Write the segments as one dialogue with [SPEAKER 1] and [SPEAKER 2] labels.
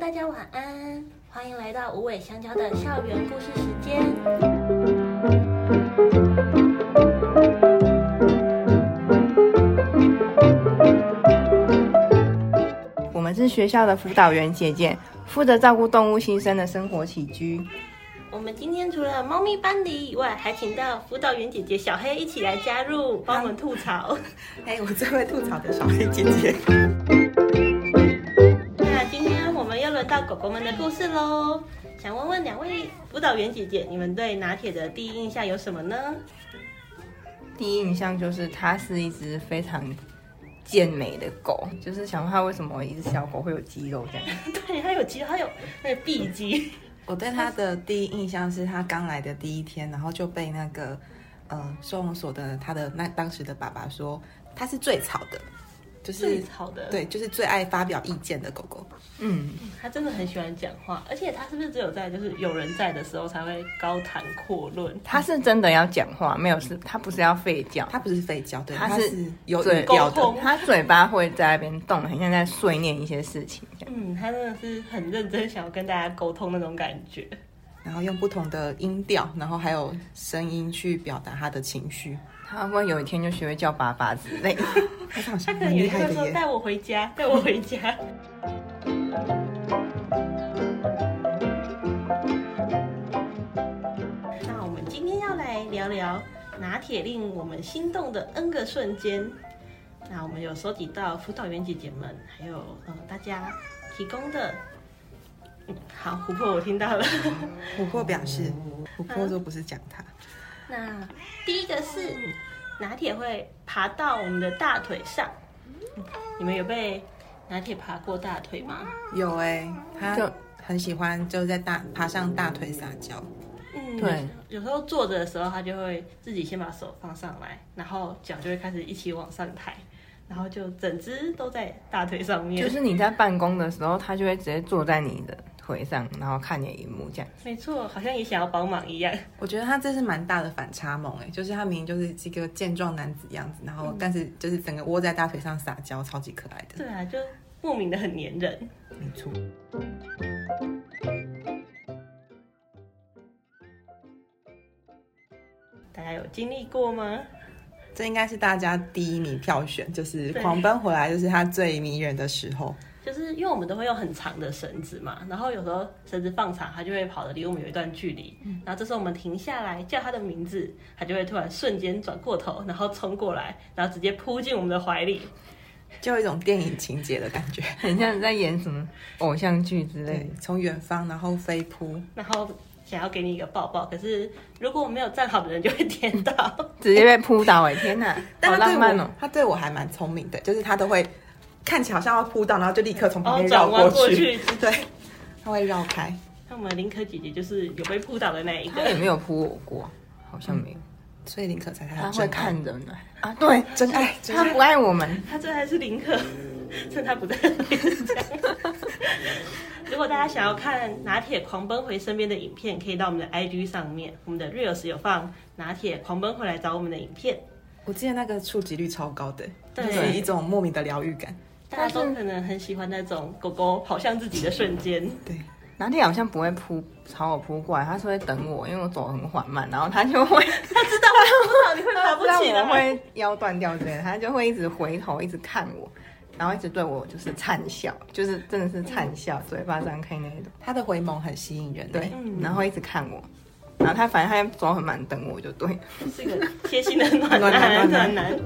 [SPEAKER 1] 大家晚安，欢迎来到无尾香蕉的校园故事时间。
[SPEAKER 2] 我们是学校的辅导员姐姐，负责照顾动物新生的生活起居。
[SPEAKER 1] 我们今天除了猫咪班底以外，还请到辅导员姐姐小黑一起来加入，帮我们吐槽。
[SPEAKER 3] 哎、我最会吐槽的小黑姐姐。
[SPEAKER 1] 那今天我们又轮到狗狗们的故事喽。想问问两位辅导员姐姐，你们对拿铁的第一印象有什么呢？
[SPEAKER 2] 第一印象就是它是一只非常健美的狗，就是想它为什么一只小狗会有肌肉这样。
[SPEAKER 1] 对，它有肌肉，它有那个臂肌。
[SPEAKER 3] 我对她的第一印象是她刚来的第一天，然后就被那个呃收容所的她的那当时的爸爸说她是最吵的，就
[SPEAKER 1] 最
[SPEAKER 3] 是
[SPEAKER 1] 吵的，
[SPEAKER 3] 对，就是最爱发表意见的狗狗。
[SPEAKER 2] 嗯，
[SPEAKER 1] 他真的很喜欢讲话，而且他是不是只有在就是有人在的时候才会高谈阔论？
[SPEAKER 2] 它是真的要讲话，没有是它不是要吠叫，
[SPEAKER 3] 它不是吠叫，对，
[SPEAKER 2] 它
[SPEAKER 3] 它
[SPEAKER 2] 是
[SPEAKER 3] 是有
[SPEAKER 2] 对
[SPEAKER 3] 语调
[SPEAKER 1] 沟通
[SPEAKER 3] 的。
[SPEAKER 2] 它嘴巴会在那边动，很像在碎念一些事情这样。
[SPEAKER 1] 嗯，他真的是很认真想要跟大家沟通那种感觉。
[SPEAKER 3] 然后用不同的音调，然后还有声音去表达她的情绪。
[SPEAKER 2] 它会不会有一天就学会叫爸爸之 类的？
[SPEAKER 3] 她好
[SPEAKER 1] 他
[SPEAKER 3] 像
[SPEAKER 1] 可能
[SPEAKER 3] 很
[SPEAKER 1] 有
[SPEAKER 3] 厉
[SPEAKER 1] 一
[SPEAKER 3] 害
[SPEAKER 1] 天会说
[SPEAKER 3] 的耶。
[SPEAKER 1] 带我回家， 带我回家。那我们今天要来聊聊拿铁令我们心动的 N 个瞬间。那我们有收集到辅导员姐姐们，还有呃大家提供的。嗯好，琥珀我听到了。
[SPEAKER 3] 琥珀表示，琥珀说不是讲她，
[SPEAKER 1] 那第一个是拿铁会爬到我们的大腿上，你们有被拿铁爬过大腿吗？
[SPEAKER 3] 有哎、她
[SPEAKER 2] 就
[SPEAKER 3] 很喜欢就在大爬上大腿撒娇。
[SPEAKER 1] 嗯，
[SPEAKER 2] 对，
[SPEAKER 1] 有时候坐着的时候，他就会自己先把手放上来，然后脚就会开始一起往上抬，然后就整只都在大腿上面。
[SPEAKER 2] 就是你在办公的时候，它就会直接坐在你的腿上，然后看你的荧幕这样。
[SPEAKER 1] 没错，好像也想要帮忙一样。
[SPEAKER 3] 我觉得他这是蛮大的反差萌哎，就是他明明就是一个健壮男子样子，然
[SPEAKER 2] 嗯
[SPEAKER 3] 后但是就是整个窝在大腿上撒娇，超级可爱的。
[SPEAKER 1] 对啊，就莫名的很粘人。
[SPEAKER 3] 没错，
[SPEAKER 1] 大家有经历过吗？
[SPEAKER 3] 这应该是大家第一名票选，就是
[SPEAKER 1] 对
[SPEAKER 3] 《狂奔回来》就是他最迷人的时候。
[SPEAKER 1] 就是因为我们都会用很长的绳子嘛，然后有时候绳子放长，它就会跑得离我们有一段距离。
[SPEAKER 3] 嗯
[SPEAKER 1] 然后这时候我们停下来叫它的名字，它就会突然瞬间转过头，然后冲过来，然后直接扑进我们的怀里。
[SPEAKER 3] 就有一种电影情节的感觉，
[SPEAKER 2] 很像在演什么偶像剧之类
[SPEAKER 3] 对
[SPEAKER 2] 的。，
[SPEAKER 3] 从远方然后飞扑，
[SPEAKER 1] 然后想要给你一个抱抱，可是如果我没有站好的人就会颠倒。
[SPEAKER 2] 直接被扑倒哎、天哪，好
[SPEAKER 3] 但他
[SPEAKER 2] 浪
[SPEAKER 3] 对
[SPEAKER 2] 漫
[SPEAKER 3] 我、
[SPEAKER 2] 哦、
[SPEAKER 3] 他对我还蛮聪明的，就是他都会看起来好像要扑到，然后就立刻从旁
[SPEAKER 1] 然后
[SPEAKER 3] 边绕
[SPEAKER 1] 转弯过
[SPEAKER 3] 去，
[SPEAKER 1] 去，
[SPEAKER 3] 对， 他会绕开。
[SPEAKER 1] 那我们林可姐姐就是有被扑倒的那一
[SPEAKER 2] 他也
[SPEAKER 1] 个。
[SPEAKER 2] 没有扑我过，好像没有。
[SPEAKER 3] 所以林可才他
[SPEAKER 2] 他
[SPEAKER 3] 的
[SPEAKER 2] 会
[SPEAKER 3] 真爱，
[SPEAKER 2] 看人啊，啊对，
[SPEAKER 3] 真爱，真
[SPEAKER 2] 他
[SPEAKER 3] 爱。
[SPEAKER 2] 不爱我们。
[SPEAKER 1] 她最爱是林可，趁她不在 的地方这样。如果大家想要看《拿铁狂奔回身边》的影片，可以到我们的 IG 上面，我们的 Reels 有放《拿铁狂奔回来找我们》的影片，
[SPEAKER 3] 我记得那个触及率超高的，
[SPEAKER 1] 对
[SPEAKER 3] 就是一种莫名的疗愈感。
[SPEAKER 1] 大家都可能很喜欢那种狗狗跑向自己的瞬 间。
[SPEAKER 3] 对，
[SPEAKER 2] 拿铁好像不会扑朝我扑过来，他是会等我，因为我走很缓慢，然后他就会，
[SPEAKER 1] 他知道我扑 倒你会爬不
[SPEAKER 2] 他
[SPEAKER 1] 起
[SPEAKER 2] 知道我
[SPEAKER 1] 来，
[SPEAKER 2] 会腰断掉之类的，他就会一直回头，一直看我，然后一直对我就是灿笑，就是真的是灿笑，嘴巴张开那一种，
[SPEAKER 3] 它的回眸很吸引人。欸
[SPEAKER 2] 对，
[SPEAKER 1] 嗯
[SPEAKER 2] 然后一直看我，然后他反正他走很慢等我就对，
[SPEAKER 1] 是个贴心的暖
[SPEAKER 3] 暖
[SPEAKER 1] 男
[SPEAKER 3] 男
[SPEAKER 1] 暖
[SPEAKER 3] 暖
[SPEAKER 1] 男。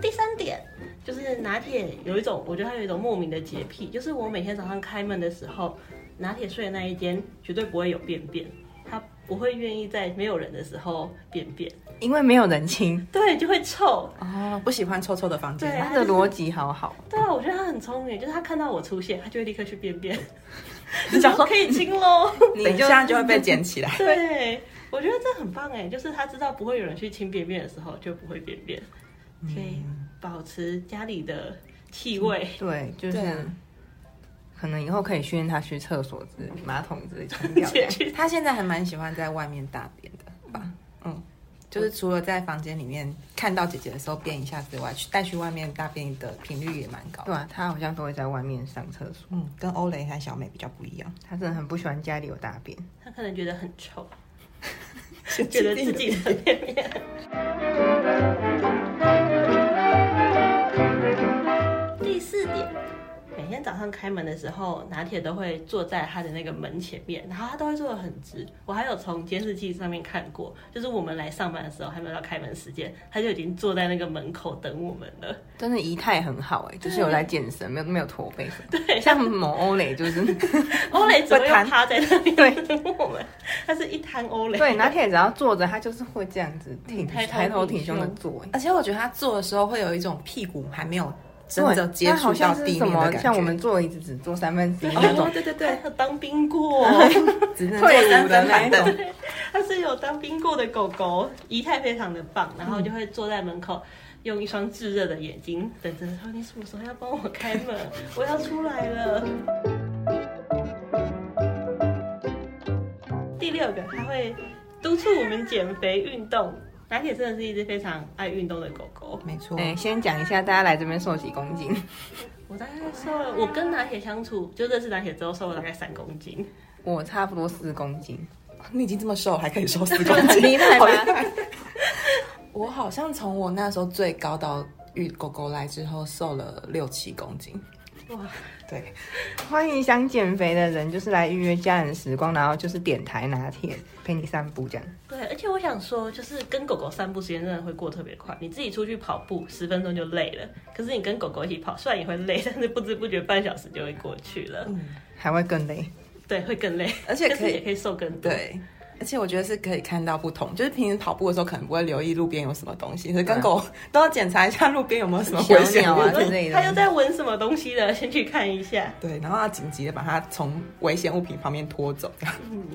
[SPEAKER 1] 第三点就是拿铁有一种，我觉得它有一种莫名的洁癖，就是我每天早上开门的时候，拿铁睡的那一间绝对不会有便便，它不会愿意在没有人的时候便便，
[SPEAKER 2] 因为没有人亲，
[SPEAKER 1] 对，就会臭。
[SPEAKER 3] 哦，不喜欢臭臭的房
[SPEAKER 1] 对
[SPEAKER 3] 间。
[SPEAKER 2] 他的逻辑好好。
[SPEAKER 1] 对啊，我觉得它很聪明，就是它看到我出现，它就会立刻去便便，
[SPEAKER 3] 你想说
[SPEAKER 1] 可以亲 喽。
[SPEAKER 2] 你
[SPEAKER 3] 等一
[SPEAKER 2] 就
[SPEAKER 3] 下就会被捡 起来。
[SPEAKER 1] 对，我觉得这很棒哎，就是他知道不会有人去清便便的时候，就不会便便，可以保持家里的气味。
[SPEAKER 2] 对，就是、
[SPEAKER 3] 对啊
[SPEAKER 2] 可能以后可以训练他去厕所之类马桶之类冲掉这样。
[SPEAKER 1] 去嗯
[SPEAKER 3] 他现在还蛮喜欢在外面大便的吧？嗯就是除了在房间里面看到姐姐的时候便一下之外，去带去外面大便的频率也蛮高的。
[SPEAKER 2] 对啊，他好像都会在外面上厕所，
[SPEAKER 3] 嗯，跟欧蕾和小美比较不一样，
[SPEAKER 2] 他真的很不喜欢家里有大 便。
[SPEAKER 1] 他可能觉得很臭，觉得自己的便便。第四点，每天早上开门的时候，拿铁都会坐在他的那个门前面，然后他都会坐得很直。我还有从监视器上面看过，就是我们来上班的时候，还没有到开门时间，他就已经坐在那个门口等我们了。
[SPEAKER 2] 真的仪态很好
[SPEAKER 3] 欸
[SPEAKER 2] 哎、就是有在健身，没有没有驼背什么。
[SPEAKER 1] 对，
[SPEAKER 2] 像某欧蕾就是
[SPEAKER 1] 欧蕾只会
[SPEAKER 2] 会弹
[SPEAKER 1] 趴在那里
[SPEAKER 2] 对
[SPEAKER 1] 等我们，他是一滩欧蕾。
[SPEAKER 2] 对，拿铁只要坐着，他就是会这样子挺
[SPEAKER 1] 抬头
[SPEAKER 2] 抬头
[SPEAKER 1] 挺
[SPEAKER 2] 挺胸的
[SPEAKER 1] 胸
[SPEAKER 2] 坐、欸。
[SPEAKER 3] 而且我觉得她坐的时候会有一种屁股还没有真
[SPEAKER 2] 对
[SPEAKER 3] 的接
[SPEAKER 2] 那
[SPEAKER 3] 触
[SPEAKER 2] 好
[SPEAKER 3] 到
[SPEAKER 2] 像是
[SPEAKER 3] 地
[SPEAKER 2] 什
[SPEAKER 3] 面
[SPEAKER 2] 么
[SPEAKER 3] 的感觉。
[SPEAKER 2] 像我们坐椅子只坐三分之一那种
[SPEAKER 3] 哦，对对
[SPEAKER 1] 对
[SPEAKER 3] 对，，
[SPEAKER 1] 他当兵过。
[SPEAKER 3] 只能坐
[SPEAKER 2] 退伍的
[SPEAKER 3] 三分
[SPEAKER 2] 那
[SPEAKER 3] 板
[SPEAKER 2] 一
[SPEAKER 3] 凳
[SPEAKER 2] 种。
[SPEAKER 1] 它是有当兵过的狗狗，仪态非常的棒，然后就会坐在门口，用一双炙热的眼睛等着说：“你什么时候要帮我开门？我要出来了。” 第六个，它会督促我们减肥运动。拿铁真的是一只非常爱运动的狗狗，
[SPEAKER 3] 没错，
[SPEAKER 2] 哎、先讲一下，大家来这边瘦几公斤？
[SPEAKER 1] 我大概瘦了，我跟拿铁相处，就认识拿铁之后瘦了大概三公斤。
[SPEAKER 2] 我差不多四公斤，
[SPEAKER 3] 你已经这么瘦，还可以瘦四公
[SPEAKER 2] 很
[SPEAKER 3] 斤，
[SPEAKER 2] 厉 害吧？
[SPEAKER 3] 我好像从我那时候最高到遇狗狗来之后瘦了六七公斤。
[SPEAKER 1] 哇，
[SPEAKER 3] 对，
[SPEAKER 2] 欢迎想减肥的人，就是来预约家人时光，然后就是点台拿铁陪你散步这样。
[SPEAKER 1] 对，而且我想说，就是跟狗狗散步时间真的会过特别快。你自己出去跑步十分钟就累了，可是你跟狗狗一起跑，虽然也会累， 但是不知不觉半小时就会过去了。
[SPEAKER 3] 嗯，
[SPEAKER 2] 还会更累，
[SPEAKER 1] 对，会更累，
[SPEAKER 3] 而 且
[SPEAKER 1] 但
[SPEAKER 3] 可
[SPEAKER 1] 是也
[SPEAKER 3] 以，
[SPEAKER 1] 可以瘦更多。
[SPEAKER 3] 对， 而且我觉得是可以看到不同，就是平时跑步的时候可能不会留意路边有什么东西，可是跟
[SPEAKER 2] 对
[SPEAKER 3] 狗都要检查一下路边有没有什么
[SPEAKER 2] 小
[SPEAKER 3] 危险
[SPEAKER 2] 鸟
[SPEAKER 3] 物
[SPEAKER 2] 啊
[SPEAKER 1] 我
[SPEAKER 2] 之
[SPEAKER 1] 说
[SPEAKER 2] 类的
[SPEAKER 1] 它又在闻什么东西了， 先去看一下。
[SPEAKER 3] 对，然后要紧急的把它从危险物品旁边拖走，这样
[SPEAKER 1] 嗯，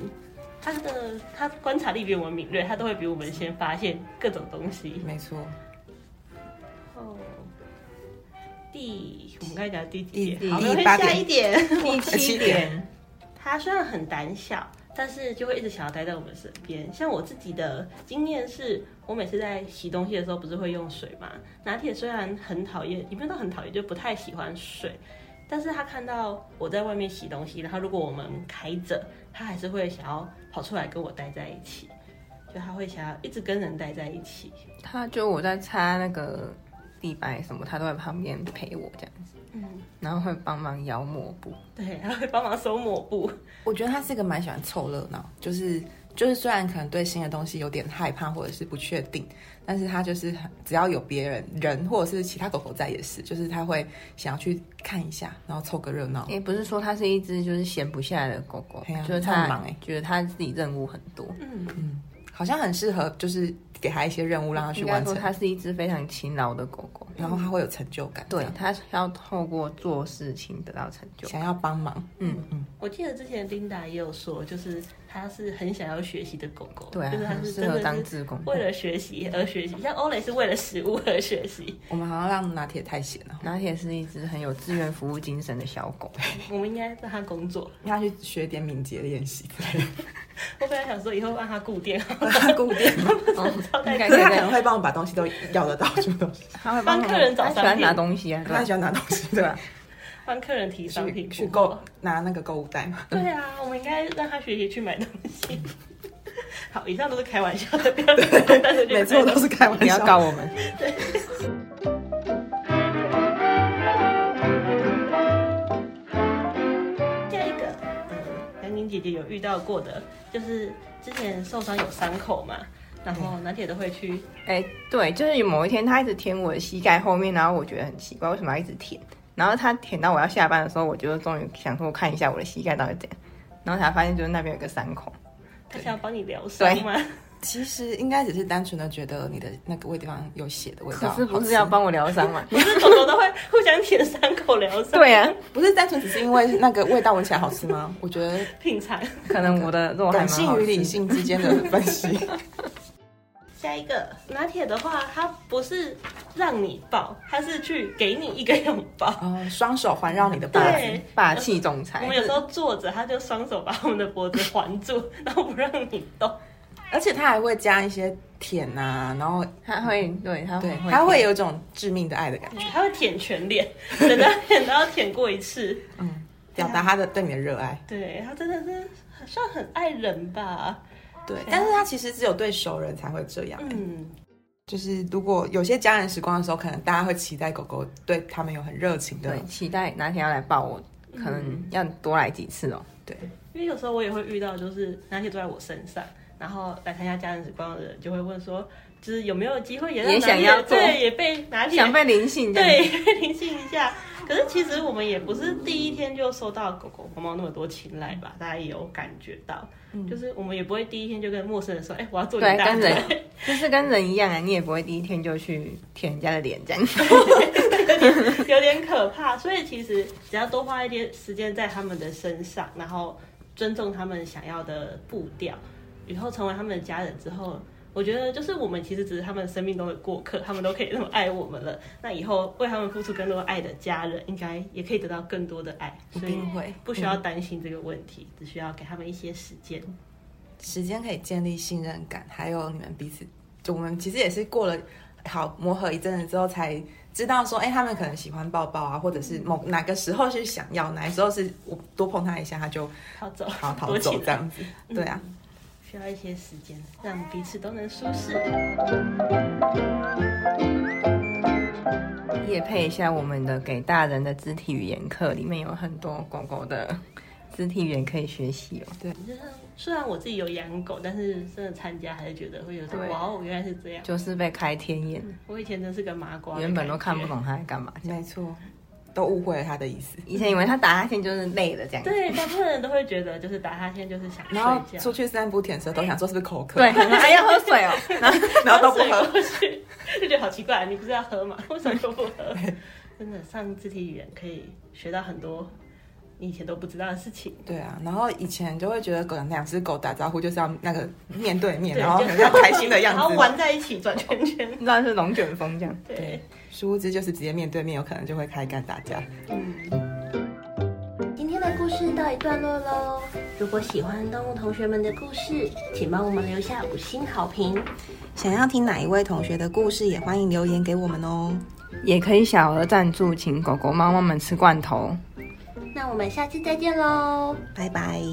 [SPEAKER 1] 它的它观察力比我们敏锐，它都会比我们先发现各种东西。
[SPEAKER 3] 没错，
[SPEAKER 1] 哦，第我们刚才讲第
[SPEAKER 3] 第
[SPEAKER 1] 几
[SPEAKER 3] 第
[SPEAKER 1] 点？好，没关
[SPEAKER 3] 第八
[SPEAKER 1] 系下
[SPEAKER 3] 点
[SPEAKER 1] 一点。
[SPEAKER 2] 第 七点，
[SPEAKER 1] 他虽然很胆小，但是就会一直想要待在我们身边。像我自己的经验是，我每次在洗东西的时候，不是会用水吗？拿铁虽然很讨厌，也不是说很讨厌，就不太喜欢水。但是他看到我在外面洗东西，然后如果我们开着，他还是会想要跑出来跟我待在一起，就他会想要一直跟人待在一起。
[SPEAKER 2] 他就我在擦那个地板什么，他都在旁边陪我这样子，
[SPEAKER 1] 嗯，
[SPEAKER 2] 然后会帮忙摇抹布。
[SPEAKER 1] 对，他会帮忙收抹布。
[SPEAKER 3] 我觉得他是个蛮喜欢凑热闹，就是就是虽然可能对新的东西有点害怕或者是不确定，但是他就是很只要有别人人或者是其他狗狗在也是，就是他会想要去看一下，然后凑个热闹。
[SPEAKER 2] 也不是说它是一只就是闲不下来的狗狗
[SPEAKER 3] 哦嘿啊，
[SPEAKER 2] 就是
[SPEAKER 3] 它很
[SPEAKER 2] 它
[SPEAKER 3] 忙欸
[SPEAKER 2] 觉得它自己任务很多，
[SPEAKER 1] 嗯，
[SPEAKER 3] 好像很适合，就是给他一些任务让他去
[SPEAKER 2] 应该
[SPEAKER 3] 完
[SPEAKER 2] 说
[SPEAKER 3] 成，
[SPEAKER 2] 它是一只非常勤劳的狗狗。
[SPEAKER 3] 然后他会有成就感。
[SPEAKER 2] 对
[SPEAKER 3] 这样，
[SPEAKER 2] 它要透过做事情得到成就。
[SPEAKER 3] 想要帮忙，
[SPEAKER 1] 我记得之前琳达也有说，就是它是很想要学习的狗狗，
[SPEAKER 2] 对啊
[SPEAKER 1] 就是，它
[SPEAKER 2] 很
[SPEAKER 1] 是
[SPEAKER 2] 适
[SPEAKER 1] 真的
[SPEAKER 2] 合
[SPEAKER 1] 是
[SPEAKER 2] 当志工。
[SPEAKER 1] 为了学习而学习，像欧蕾是为了食物而学习，
[SPEAKER 3] 我们好像让拿铁太闲了，
[SPEAKER 2] 拿铁是一只很有志愿服务精神的小狗，
[SPEAKER 1] 我们应该让他工作。
[SPEAKER 3] 让他去学点 敏捷练习。
[SPEAKER 1] 我本来想说以后让他固定，
[SPEAKER 3] 固定，
[SPEAKER 2] 哦 应该
[SPEAKER 3] 可
[SPEAKER 2] 可
[SPEAKER 3] 是
[SPEAKER 2] 以
[SPEAKER 3] 他可
[SPEAKER 2] 跟
[SPEAKER 3] 能会帮我把东西都要得到，什么东西？
[SPEAKER 2] 它会帮
[SPEAKER 1] 帮客人找
[SPEAKER 2] 它喜
[SPEAKER 1] 商
[SPEAKER 2] 欢
[SPEAKER 1] 品
[SPEAKER 2] 拿东西啊，对
[SPEAKER 3] 他
[SPEAKER 2] 吧
[SPEAKER 3] 很喜欢拿东西，
[SPEAKER 2] 对吧？
[SPEAKER 1] 帮客人提商
[SPEAKER 3] 去
[SPEAKER 1] 品
[SPEAKER 3] 去
[SPEAKER 1] 不好
[SPEAKER 3] 购。拿那个购物袋嘛。
[SPEAKER 1] 对啊，我们应该让他学习去买东 西。好，以上都是开玩笑的，不要但是
[SPEAKER 3] 每次我都是开玩笑，
[SPEAKER 2] 不要告我们。
[SPEAKER 1] 下一个，嗯，杨宁姐姐有遇到过的，就是之前受伤有伤口嘛，然后拿铁都会去
[SPEAKER 2] 哎、对，就是有某一天他一直舔我的膝盖后面，然后我觉得很奇怪，为什么要一直舔？然后他舔到我要下班的时候，我就终于想说看一下我的膝盖到底怎样，然后才发现就是那边有个伤口。
[SPEAKER 1] 他想要帮你疗伤吗？
[SPEAKER 3] 其实应该只是单纯的觉得你的那个味地方有血的味
[SPEAKER 2] 可
[SPEAKER 3] 道，
[SPEAKER 2] 是不
[SPEAKER 3] 好
[SPEAKER 2] 是
[SPEAKER 3] 吃
[SPEAKER 2] 要帮我疗伤吗？
[SPEAKER 1] 不是狗狗都会互相舔伤口疗伤，
[SPEAKER 2] 对 啊，
[SPEAKER 3] 不是单纯只是因为那个味道闻起来好吃吗？我觉得
[SPEAKER 1] 品尝。
[SPEAKER 2] 可能 我的肉还
[SPEAKER 3] 感
[SPEAKER 2] 蛮
[SPEAKER 3] 性
[SPEAKER 2] 好
[SPEAKER 3] 与理
[SPEAKER 2] 吃。
[SPEAKER 3] 性之间的分析，
[SPEAKER 1] 下一个拿铁的话，它不是让你抱，它是去给你一个拥 抱。
[SPEAKER 3] 哦，双手环绕你的脖子，
[SPEAKER 1] 对，
[SPEAKER 2] 霸气总
[SPEAKER 1] 我
[SPEAKER 2] 裁
[SPEAKER 1] 们，有时候坐着，它就双手把我们的脖子环住，然后不让你动。
[SPEAKER 3] 而且它还会加一些舔啊，然后
[SPEAKER 2] 他会对他
[SPEAKER 3] 对，
[SPEAKER 2] 会
[SPEAKER 3] 它会
[SPEAKER 2] 舔
[SPEAKER 3] 有一种致命的爱的感觉，
[SPEAKER 1] 他会舔全脸，整张脸都要舔过一次。
[SPEAKER 3] 嗯，
[SPEAKER 2] 啊
[SPEAKER 3] 表达他的对你的热爱。
[SPEAKER 1] 对他真的是好像很爱人吧？
[SPEAKER 3] 对，但是他其实只有对熟人才会这样、
[SPEAKER 1] 嗯，
[SPEAKER 3] 就是如果有些家人时光的时候，可能大家会期待狗狗对他们有很热情的嗯
[SPEAKER 2] 对，期待哪天要来抱我，可能要多来几次哦。
[SPEAKER 3] 对
[SPEAKER 1] 因为有时候我也会遇到，就是拿铁坐在我身上，然后来参加家人时光的人就会问说，就是有没有机会也让
[SPEAKER 2] 也
[SPEAKER 1] 拿
[SPEAKER 2] 想
[SPEAKER 1] 铁
[SPEAKER 2] 要做
[SPEAKER 1] 对，也被拿铁
[SPEAKER 2] 想被灵性这样
[SPEAKER 1] 对， 灵性一下。可是其实我们也不是第一天就收到狗狗、猫猫那么多青睐
[SPEAKER 2] 嗯
[SPEAKER 1] 吧，大家也有感觉到，就是我们也不会第一天就跟陌生人说，哎、我要做你
[SPEAKER 2] 对，
[SPEAKER 1] 大
[SPEAKER 2] 跟人
[SPEAKER 1] 腿，
[SPEAKER 2] 就是跟人一样啊，你也不会第一天就去舔人家的脸这样。
[SPEAKER 1] 有点可怕。所以其实只要多花一点时间在他们的身上，然后尊重他们想要的步调，以后成为他们的家人之后。我觉得就是我们其实只是他们生命中的过客，他们都可以那么爱我们了。那以后为他们付出更多爱的家人，应该也可以得到更多的爱。
[SPEAKER 3] 一
[SPEAKER 1] 所
[SPEAKER 2] 嗯
[SPEAKER 1] 以
[SPEAKER 3] 定会
[SPEAKER 1] 哎不需要担心这个问题，只需要给他们一些时间。
[SPEAKER 3] 时间可以建立信任感，还有你们彼此，就我们其实也是过了好磨合一阵子之后，才知道说，哎、他们可能喜欢抱抱啊，或者是某哪个时候是想要，哪时候是我多碰他一下，他就
[SPEAKER 1] 逃走，
[SPEAKER 3] 逃逃
[SPEAKER 1] 躲起
[SPEAKER 3] 走
[SPEAKER 1] 来
[SPEAKER 3] 这样子。对啊，
[SPEAKER 1] 需要一些时间，让彼此都能舒适。
[SPEAKER 2] 也配一下我们的给大人的肢体语言课，里面有很多狗狗的肢体语言可以学习哦。
[SPEAKER 1] 就是虽然我自己有养狗，但是真的参加还是觉得会有种
[SPEAKER 2] 对
[SPEAKER 1] 哇哦，原来是这样。
[SPEAKER 2] 就是被开天眼，
[SPEAKER 1] 我以前真是个麻瓜，
[SPEAKER 2] 原本都看不。懂他在干嘛。
[SPEAKER 3] 嗯没错，都误会了他的意思。
[SPEAKER 2] 以前以为他打哈欠就是累了这样。
[SPEAKER 1] 对，大部分人都会觉得就是打哈欠就是想睡
[SPEAKER 3] 然后
[SPEAKER 1] 觉，
[SPEAKER 3] 出去散步舔舌头，想说是不是口渴？
[SPEAKER 2] 对，，还要喝水哦。然后
[SPEAKER 3] 然后都不
[SPEAKER 1] 水
[SPEAKER 3] 喝。
[SPEAKER 1] 过去，就觉得好奇怪，你不是要喝吗？为什么都不 喝？真的上肢体语言可以学到很多你以前都不知道的事情。
[SPEAKER 3] 对啊，然后以前就会觉得狗两只狗打招呼就是要那个面对面，
[SPEAKER 1] 对，
[SPEAKER 3] 然后
[SPEAKER 1] 就
[SPEAKER 3] 很像开心的样
[SPEAKER 1] 然后
[SPEAKER 3] 子，
[SPEAKER 1] 玩在一起转圈圈。
[SPEAKER 2] 你知道是龙卷风这样。
[SPEAKER 1] 对
[SPEAKER 3] 对，殊不知就是直接面对面，有可能就会开干打架。
[SPEAKER 1] 今天的故事到一段落喽。如果喜欢动物同学们的故事，请帮我们留下五星好评。
[SPEAKER 3] 想要听哪一位同学的故事，也欢迎留言给我们哦。
[SPEAKER 2] 也可以小额赞助，请狗狗、猫猫们吃罐头。
[SPEAKER 1] 那我们下次再见喽。
[SPEAKER 3] 拜拜。